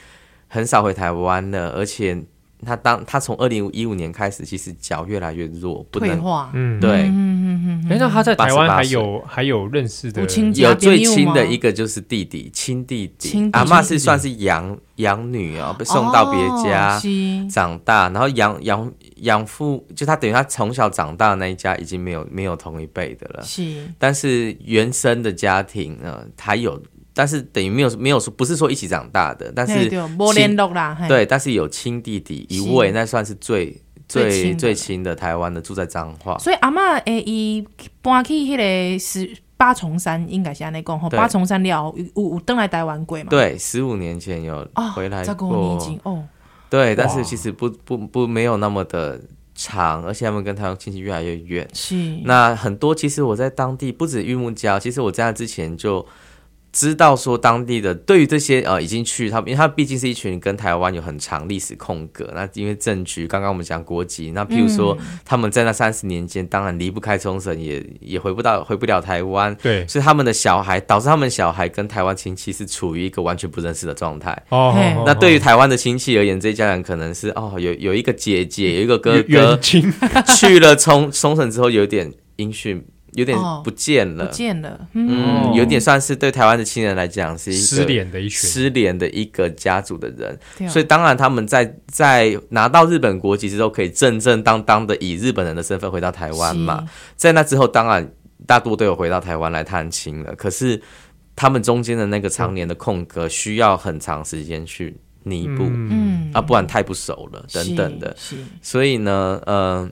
很少回台湾了，而且他当他从二零一五年开始，其实脚越来越弱，不退能化。嗯，对。嗯嗯嗯哎，那他在台湾88还岁有还有认识的父亲有家边最义务亲的吗一个就是弟弟，亲弟弟亲，弟阿妈亲弟是弟算是养养女哦，被送到别家、哦是长大，然后养养养父，就他等于他从小长大的那一家已经没有没有同一辈的了，是但是原生的家庭呢，还有，但是等于没有没有说不是说一起长大的，但嘿是对，没联络啦，嘿，对，但是有亲弟弟一是位，那算是最最亲最的最亲的台湾的，住在彰化。所以阿嬷诶，伊搬去迄个十八重山，应该是安尼讲吼，对八重山了后有有有登来台湾过嘛？对，十五年前有啊，回来十过，五年前哦，对，但哇是其实不不不没有那么的长，而且他们跟台湾亲戚越来越远。是那很多其实我在当地不止玉木家，其实我在那之前就知道说当地的对于这些呃已经去他们，因为他毕竟是一群跟台湾有很长历史空格。那因为政局，刚刚我们讲国籍，那譬如说、嗯他们在那三十年间，当然离不开冲绳，也也回不到回不了台湾。对所以他们的小孩导致他们小孩跟台湾亲戚是处于一个完全不认识的状态。哦嘿，哦那对于哦台湾的亲戚而言，这一家人可能是哦，有有一个姐姐，有一个哥远哥远，亲 去了冲冲绳之后，有点音讯，有点哦不见不了，见了，嗯，嗯，哦有点算是对台湾的亲人来讲是一个失联的一群，失联的一个家族的人，对啊所以当然他们在在拿到日本国籍之后，可以正正当当的以日本人的身份回到台湾嘛。，在那之后，当然大多都有回到台湾来探亲了，可是他们中间的那个常年的空格，需要很长时间去弥补。是嗯，嗯啊，不然太不熟了，等等的，是是所以呢，呃，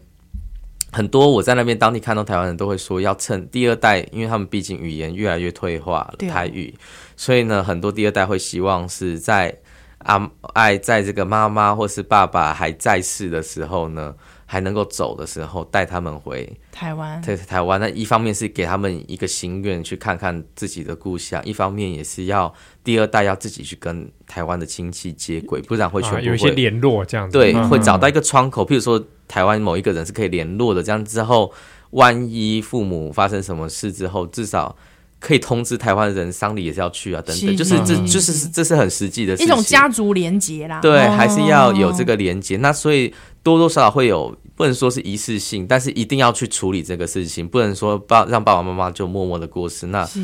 很多我在那边当地看到台湾人都会说，要趁第二代，因为他们毕竟语言越来越退化对了，啊台语，所以呢，很多第二代会希望是在啊爱在这个妈妈或是爸爸还在世的时候呢，还能够走的时候，带他们回嗯台湾在台湾，那一方面是给他们一个心愿，去看看自己的故乡；一方面也是要第二代要自己去跟台湾的亲戚接轨，不然会全部啊会、有一些联络这样子，对，嗯会找到一个窗口，譬如说台湾某一个人是可以联络的，这样之后，万一父母发生什么事之后，至少可以通知台湾人丧礼也是要去啊，等是等，就是这嗯就是这是很实际的事一情，种家族连结啦，对，哦还是要有这个连接。那所以多多少少会有，不能说是一次性，但是一定要去处理这个事情，不能说爸让爸爸妈妈就默默的过世。啊那是。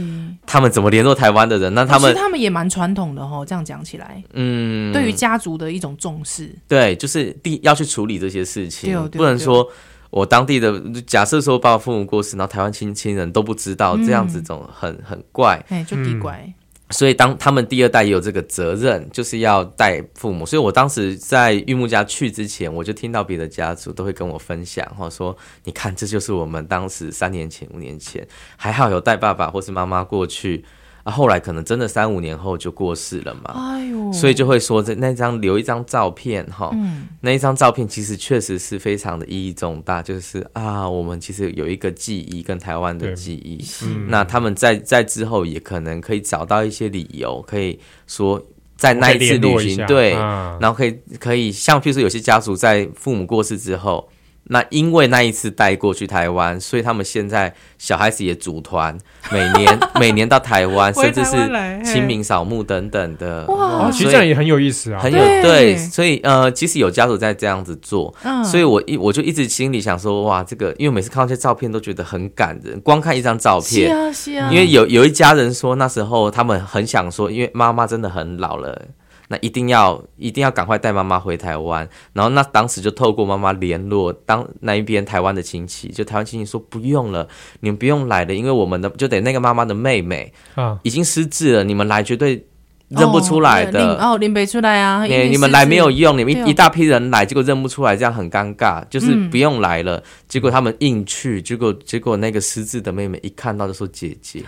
他们怎么联络台湾的人？那他其们实他们也蛮传统的哦，这样讲起来，嗯，对于家族的一种重视，对，就是第要去处理这些事对情，哦对哦不能说我当地的假设说爸爸父母过世，然后台湾亲亲人都不知道，这样子嗯总很很怪。哎，就奇怪，所以当他们第二代也有这个责任，就是要带父母。所以我当时在玉木家去之前，我就听到别的家族都会跟我分享，或说你看，这就是我们当时三年前、五年前还好有带爸爸或是妈妈过去。啊，后来可能真的三五年后就过世了嘛，哎呦，啊所以就会说这那张留一张照片哈，嗯那一张照片其实确实是非常的意义重大，就是啊，我们其实有一个记忆跟台湾的对记忆，嗯那他们在在之后也可能可以找到一些理由，可以说在那可以一次联络旅一行下对，啊然后可以可以像譬如说有些家属在父母过世之后。那因为那一次带过去台湾，所以他们现在小孩子也组团，每年 每年到台湾，回甚至台湾来是嘿清明扫墓等等的。哇哦，其实这样也很有意思啊，很有对对，所以呃，其实有家属在这样子做，嗯所以我一我就一直心里想说，哇，这个因为每次看到这些照片都觉得很感人，光看一张照是片，啊是啊，因为有有一家人说那时候他们很想说，因为妈妈真的很老了。那一定要一定要赶快带妈妈回台湾，然后那当时就透过妈妈联络当那一边台湾的亲戚，就台湾亲戚说不用了，你们不用来了，因为我们的就得那个妈妈的妹妹啊，已经失智了，你们来绝对认不出来的。哦，对林哦林北出来啊，你一定哎你们是来没有用，你们对哦一一大批人来，结果认不出来，这样很尴尬，就是嗯不用来了。结果他们硬去，结果结果那个失智的妹妹一看到就说姐 姐，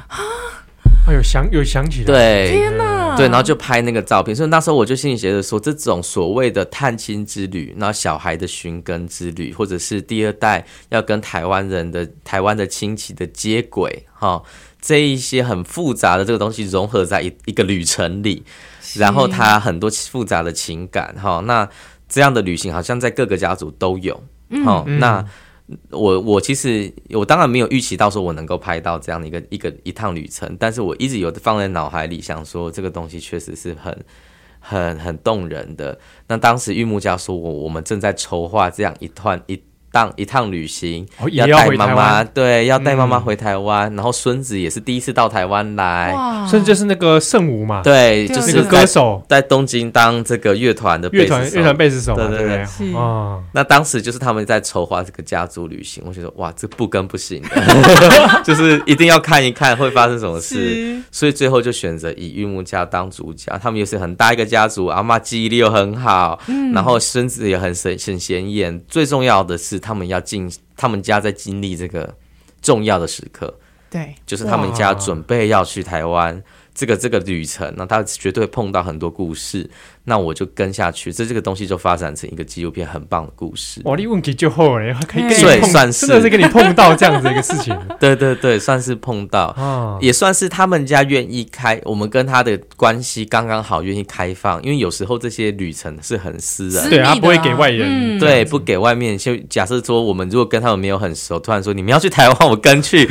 哎呦想有想起来，对天啊哪，对，然后就拍那个照片。所以那时候我就心里觉得说，这种所谓的探亲之旅，然后小孩的寻根之旅，或者是第二代要跟台湾人的台湾的亲戚的接轨，哈。这一些很复杂的这个东西融合在一一个旅程里，然后他很多复杂的情感哈、那这样的旅行好像在各个家族都有，哦，那我我其实我当然没有预期到说我能够拍到这样的一个一个一趟旅程，但是我一直有放在脑海里，想说这个东西确实是很很很动人的。那当时玉木家说我我们正在筹划这样一段一趟一趟旅行，哦，也要要带回妈台妈，湾，对，要带妈妈嗯回台湾，然后孙子也是第一次到台湾来，哇，甚至就是那个圣武嘛，对，对就啊那是个对啊歌在手，在东京当这个乐团的乐贝团斯乐手团。贝斯手嘛，对对对不对是对？啊，那当时就是他们在筹划这个家族旅行，我觉得哇，这不跟不行的， 就是一定要看一看会发生什么事。是所以最后就选择以玉木家当主家，他们也是很大一个家族，阿妈记忆力又很好，然后孙子也很神很显眼。最重要的是，他们要进他们家在经历这个重要的时刻，对，就是他们家哇准备要去台湾这个这个旅程，那他绝对碰到很多故事，那我就跟下去，这这个东西就发展成一个纪录片很棒的故事。哇，你问题就后嘞，可以跟对你碰，算是真的是跟你碰到这样子一个事 情对对对，算是碰到，啊，也算是他们家愿意开，我们跟他的关系刚刚好，愿意开放，因为有时候这些旅程是很私私密人。的对啊他不会给外人嗯对，不给外面。就假设说，我们如果跟他们没有很熟，突然说你们要去台湾，我跟去，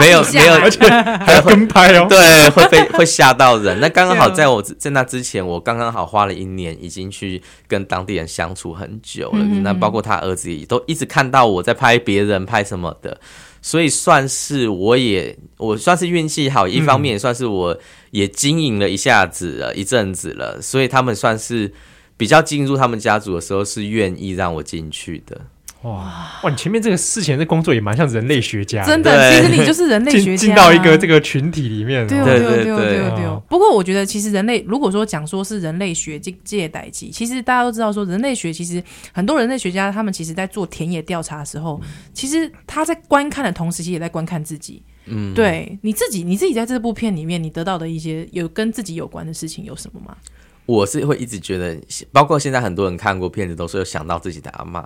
没有没有，而且还要跟拍哦， 对，会被会吓到人。那刚刚好，对啊在我之在那之前，我刚刚好花了一年，已经去跟当地人相处很久了。嗯嗯嗯那包括他儿子也都一直看到我在拍别人拍什么的，所以算是我也我算是运气好，一方面也算是我也经营了一下子了一阵子了，所以他们算是。比较进入他们家族的时候是愿意让我进去的，哇哇，你前面这个事前的工作也蛮像人类学家，真的，对其实你就是人类学家进啊，进到一个这个群体里面，对哦对对哦对对哦对对哦对哦哦。不过我觉得，其实人类如果说讲说是人类学界界代际，其实大家都知道说，人类学其实很多人类学家他们其实在做田野调查的时候，其实他在观看的同时，其实也在观看自己。嗯，对，你自己你自己在这部片里面，你得到的一些有跟自己有关的事情有什么吗？我是会一直觉得，包括现在很多人看过片子，都是有想到自己的 阿嬷。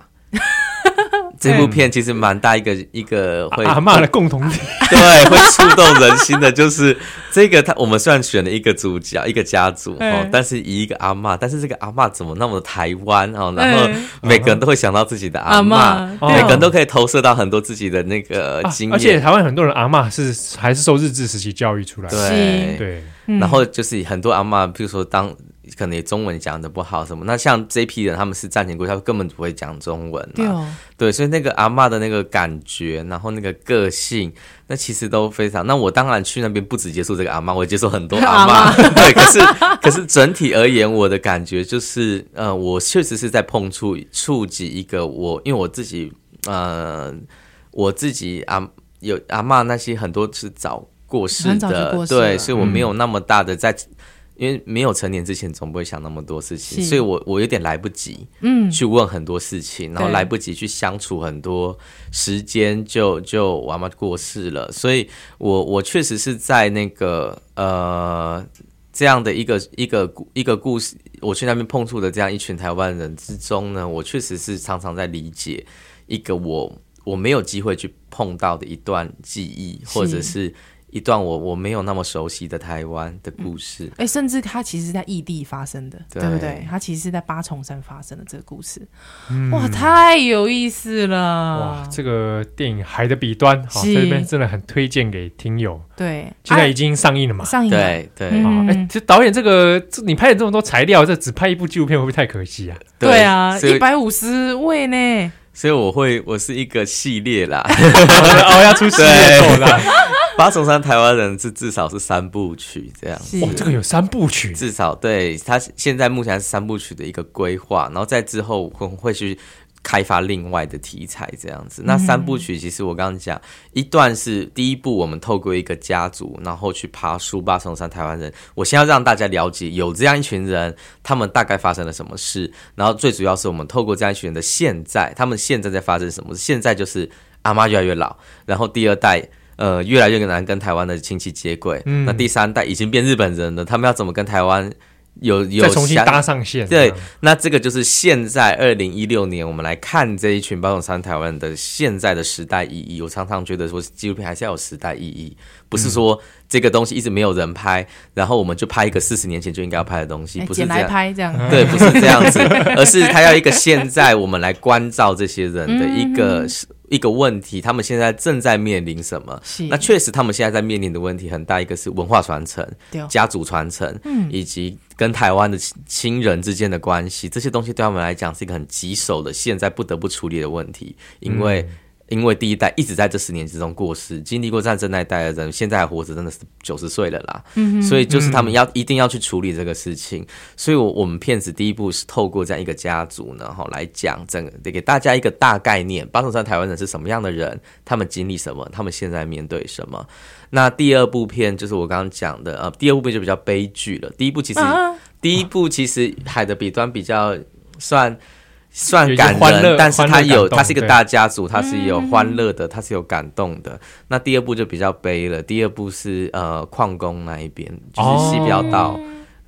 这部片其实蛮大一个一个 会阿嬷的共同 体，对会触动人心的，就是这个他我们虽然选了一个主角一个 家族哦嗯，但是以一个阿嬷，但是这个阿嬷怎么那么台湾哦？然后每个人都会想到自己的阿嬷，嬷嗯对哦每个人都可以投射到很多自己的那个啊经而且验，台湾很多人阿嬷是还是受日治时期教育出来的，是对对，嗯然后就是很多阿嬷，比如说当可能也中文讲的不好什么，那像这批人他们是战前国家，他们根本不会讲中文啊对嘛，哦，对，所以那个阿嬷的那个感觉，然后那个个性，那其实都非常。那我当然去那边不只接触这个阿嬷，我也接触很多 阿阿嬷。对，可是可是整体而言，我的感觉就是，呃，我确实是在碰触触及一个我，因为我自己，呃，我自己阿有阿嬷那些很多是早过世很早就的，过世了嗯对，所以我没有那么大的在。因为没有成年之前，总不会想那么多事情，是所以我我有点来不及。嗯，去问很多事情，然后对来不及去相处很多时间，就就我阿妈过世了，所以我我确实是在那个呃这样的一个一个故一个故事，我去那边碰触的这样一群台湾人之中呢，我确实是常常在理解一个我我没有机会去碰到的一段记忆，是或者是一段我我没有那么熟悉的台湾的故事。哎，甚至它其实是在异地发生的，对对不对？它其实是在八重山发生的这个故事，哇，太有意思哇了，，这个电影《海的彼端》好，啊是在这边真的很推荐给听友，对，现在已啊经上映了嘛。上映了对对、嗯啊，哎，这导演这个，这你拍了这么多材料，这只拍一部纪录片会不会太可 惜啊？对啊，所以一百五十位呢，所以我会我是一个系列啦。哦，要出系列作了。 八重山台湾人至至少是三部曲这样，是哇，这个有三部曲，至少对他现在目前是三部曲的一个规划，然后在之后会会去开发另外的题材这样子。那三部曲其实我刚刚讲，一段是第一部，我们透过一个家族，然后去爬书八重山台湾人。我先要让大家了解有这样一群人，他们大概发生了什么事，然后最主要是我们透过这样一群人的现在，他们现在在发生什么事？现在就是阿妈越来越老，然后第二代。呃，越来越难跟台湾的亲戚接轨。嗯那第三代已经变日本人了，他们要怎么跟台湾有有再重新嗯相搭上线。对，那这个就是现在二零一六年，我们来看这一群八种山台湾的现在的时代意义。我常常觉得说，纪录片还是要有时代意义，不是说这个东西一直没有人拍，然后我们就拍一个四十年前就应该要拍的东西，哎不是捡这来样。嗯拍这样， 对，嗯不是这样子，而是他要一个现在我们来关照这些人的一个是一个问题，他们现在正在面临什么？是那确实，他们现在在面临的问题很大，一个是文化传承、对哦家族传承，嗯以及跟台湾的亲亲人之间的关系，这些东西对他们来讲是一个很棘手的，现在不得不处理的问题，因为、嗯因为第一代一直在这十年之中过世，经历过战争那一代的人，现在还活着，真的是九十岁了啦。嗯、所以就是他们要、一定要去处理这个事情。所以我，我们片子第一步是透过这样一个家族呢，哈，来讲整个得给大家一个大概念，八重山台湾人是什么样的人，他们经历什么，他们现在面对什么。那第二部片就是我刚刚讲的，呃，第二部片就比较悲剧了。第一部其实，啊，第一部其实《海的彼端》比较算算有一些感欢人乐，但是它欢乐有感动它是一个对嗯大家族，它是有欢乐的，它是有感动的。那第二部就比较悲了，第二部是呃矿工那一边，就是西标道。哦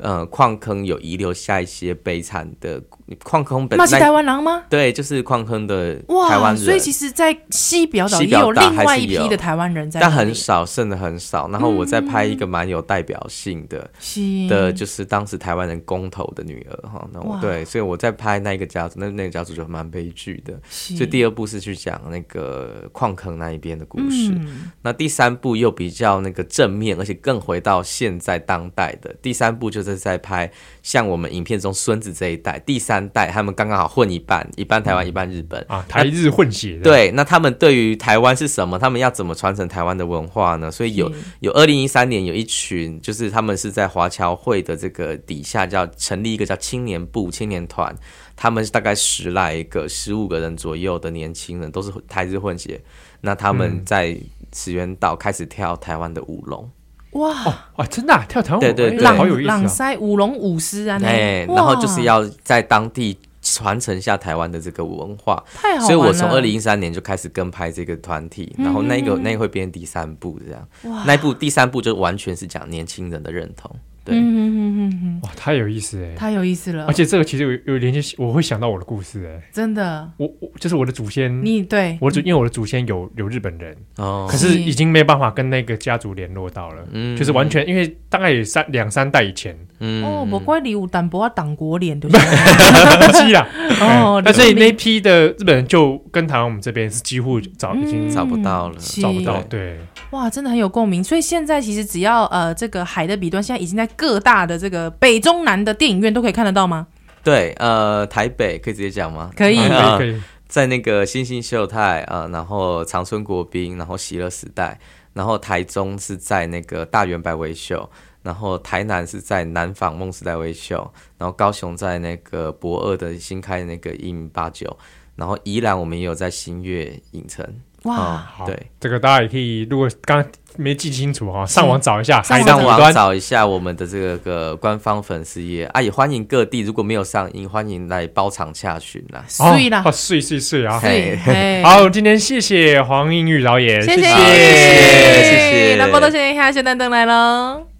呃，矿坑有遗留下一些悲惨的矿坑本那是那台湾狼吗？对，就是矿坑的台湾哇，人，所以其实，在西表岛西也表有岛另外还是一批有的台湾人在那但里，很少，剩的很少。然后我再拍嗯一个蛮有代表性的，是的，就是当时台湾人公投的女儿哈，那我嗯哇对，所以我在拍那一个家族，那那个家族就蛮悲剧的。是所以第二部是去讲那个矿坑那一边的故事，嗯那第三部又比较那个正面，而且更回到现在当代的。第三部就是在拍像我们影片中孙子这一代，第三代他们刚刚好混一半，一半嗯台湾，一半日本。啊，台日混血的，对，那他们对于台湾是什么？他们要怎么传承台湾的文化呢？所以有是有二零一三年有一群，就是他们是在华侨会的这个底下叫成立一个叫青年部青年团，他们大概十来个、十五个人左右的年轻人，都是台日混血。那他嗯们在石原岛开始跳台湾的舞龙，哇，哦，真的啊跳台湾舞，对对哎对朗好有意朗思啊，塞舞龙舞狮啊，那哎、哇然后就是要在当地传承下台湾的这个文化。太好玩了，所以我从二零一三年就开始跟拍这个团体，然后那一个嗯那一会变成第三部这样，那一部第三部就完全是讲年轻人的认同，对，嗯哼哼哼哼哇，太有意思哎。太有意思了而，且这个其实有有连接，我会想到我的故事哎，真的，我我就是我的祖先，你对我的祖因为我的祖先有有日本人，哦可是已经没办法跟那个家族联络到了，嗯就是完全因为大概也三两三代以 前，嗯哦，我怪你有淡薄啊党国脸，对不 对？不是啦。哦哎 那所以你那批的日本人就跟台湾我们这边是几乎早已经嗯嗯找不到了是找不到，对，哇，真的很有共鸣。所以现在其实只要呃，这个海的彼端现在已经在各大的这个北中南的电影院都可以看得到吗？对，呃，台北可以直接讲吗？呃可以啊可以可以，在那个新兴秀泰啊、呃然后长春国宾，然后喜乐时代，然后台中是在那个大圆百威秀，然后台南是在南纺梦时代威秀，然后高雄在那个博二的新开的那个一米八九，然后宜兰我们也有在新月影城，啊哦哇，好，对，这个大家也可以，如果刚刚没记清楚哈，上网找一下嗯上海网上五上网端，找一下我们的这个个官方粉丝页啊，也欢迎各地如果没有上映，欢迎来包场洽询啦。哦所以啦哦，，碎碎碎啊！碎嘿嘿好，今天谢谢黄映玉导演，谢谢谢谢谢谢那波多先生，下秀蛋灯来喽。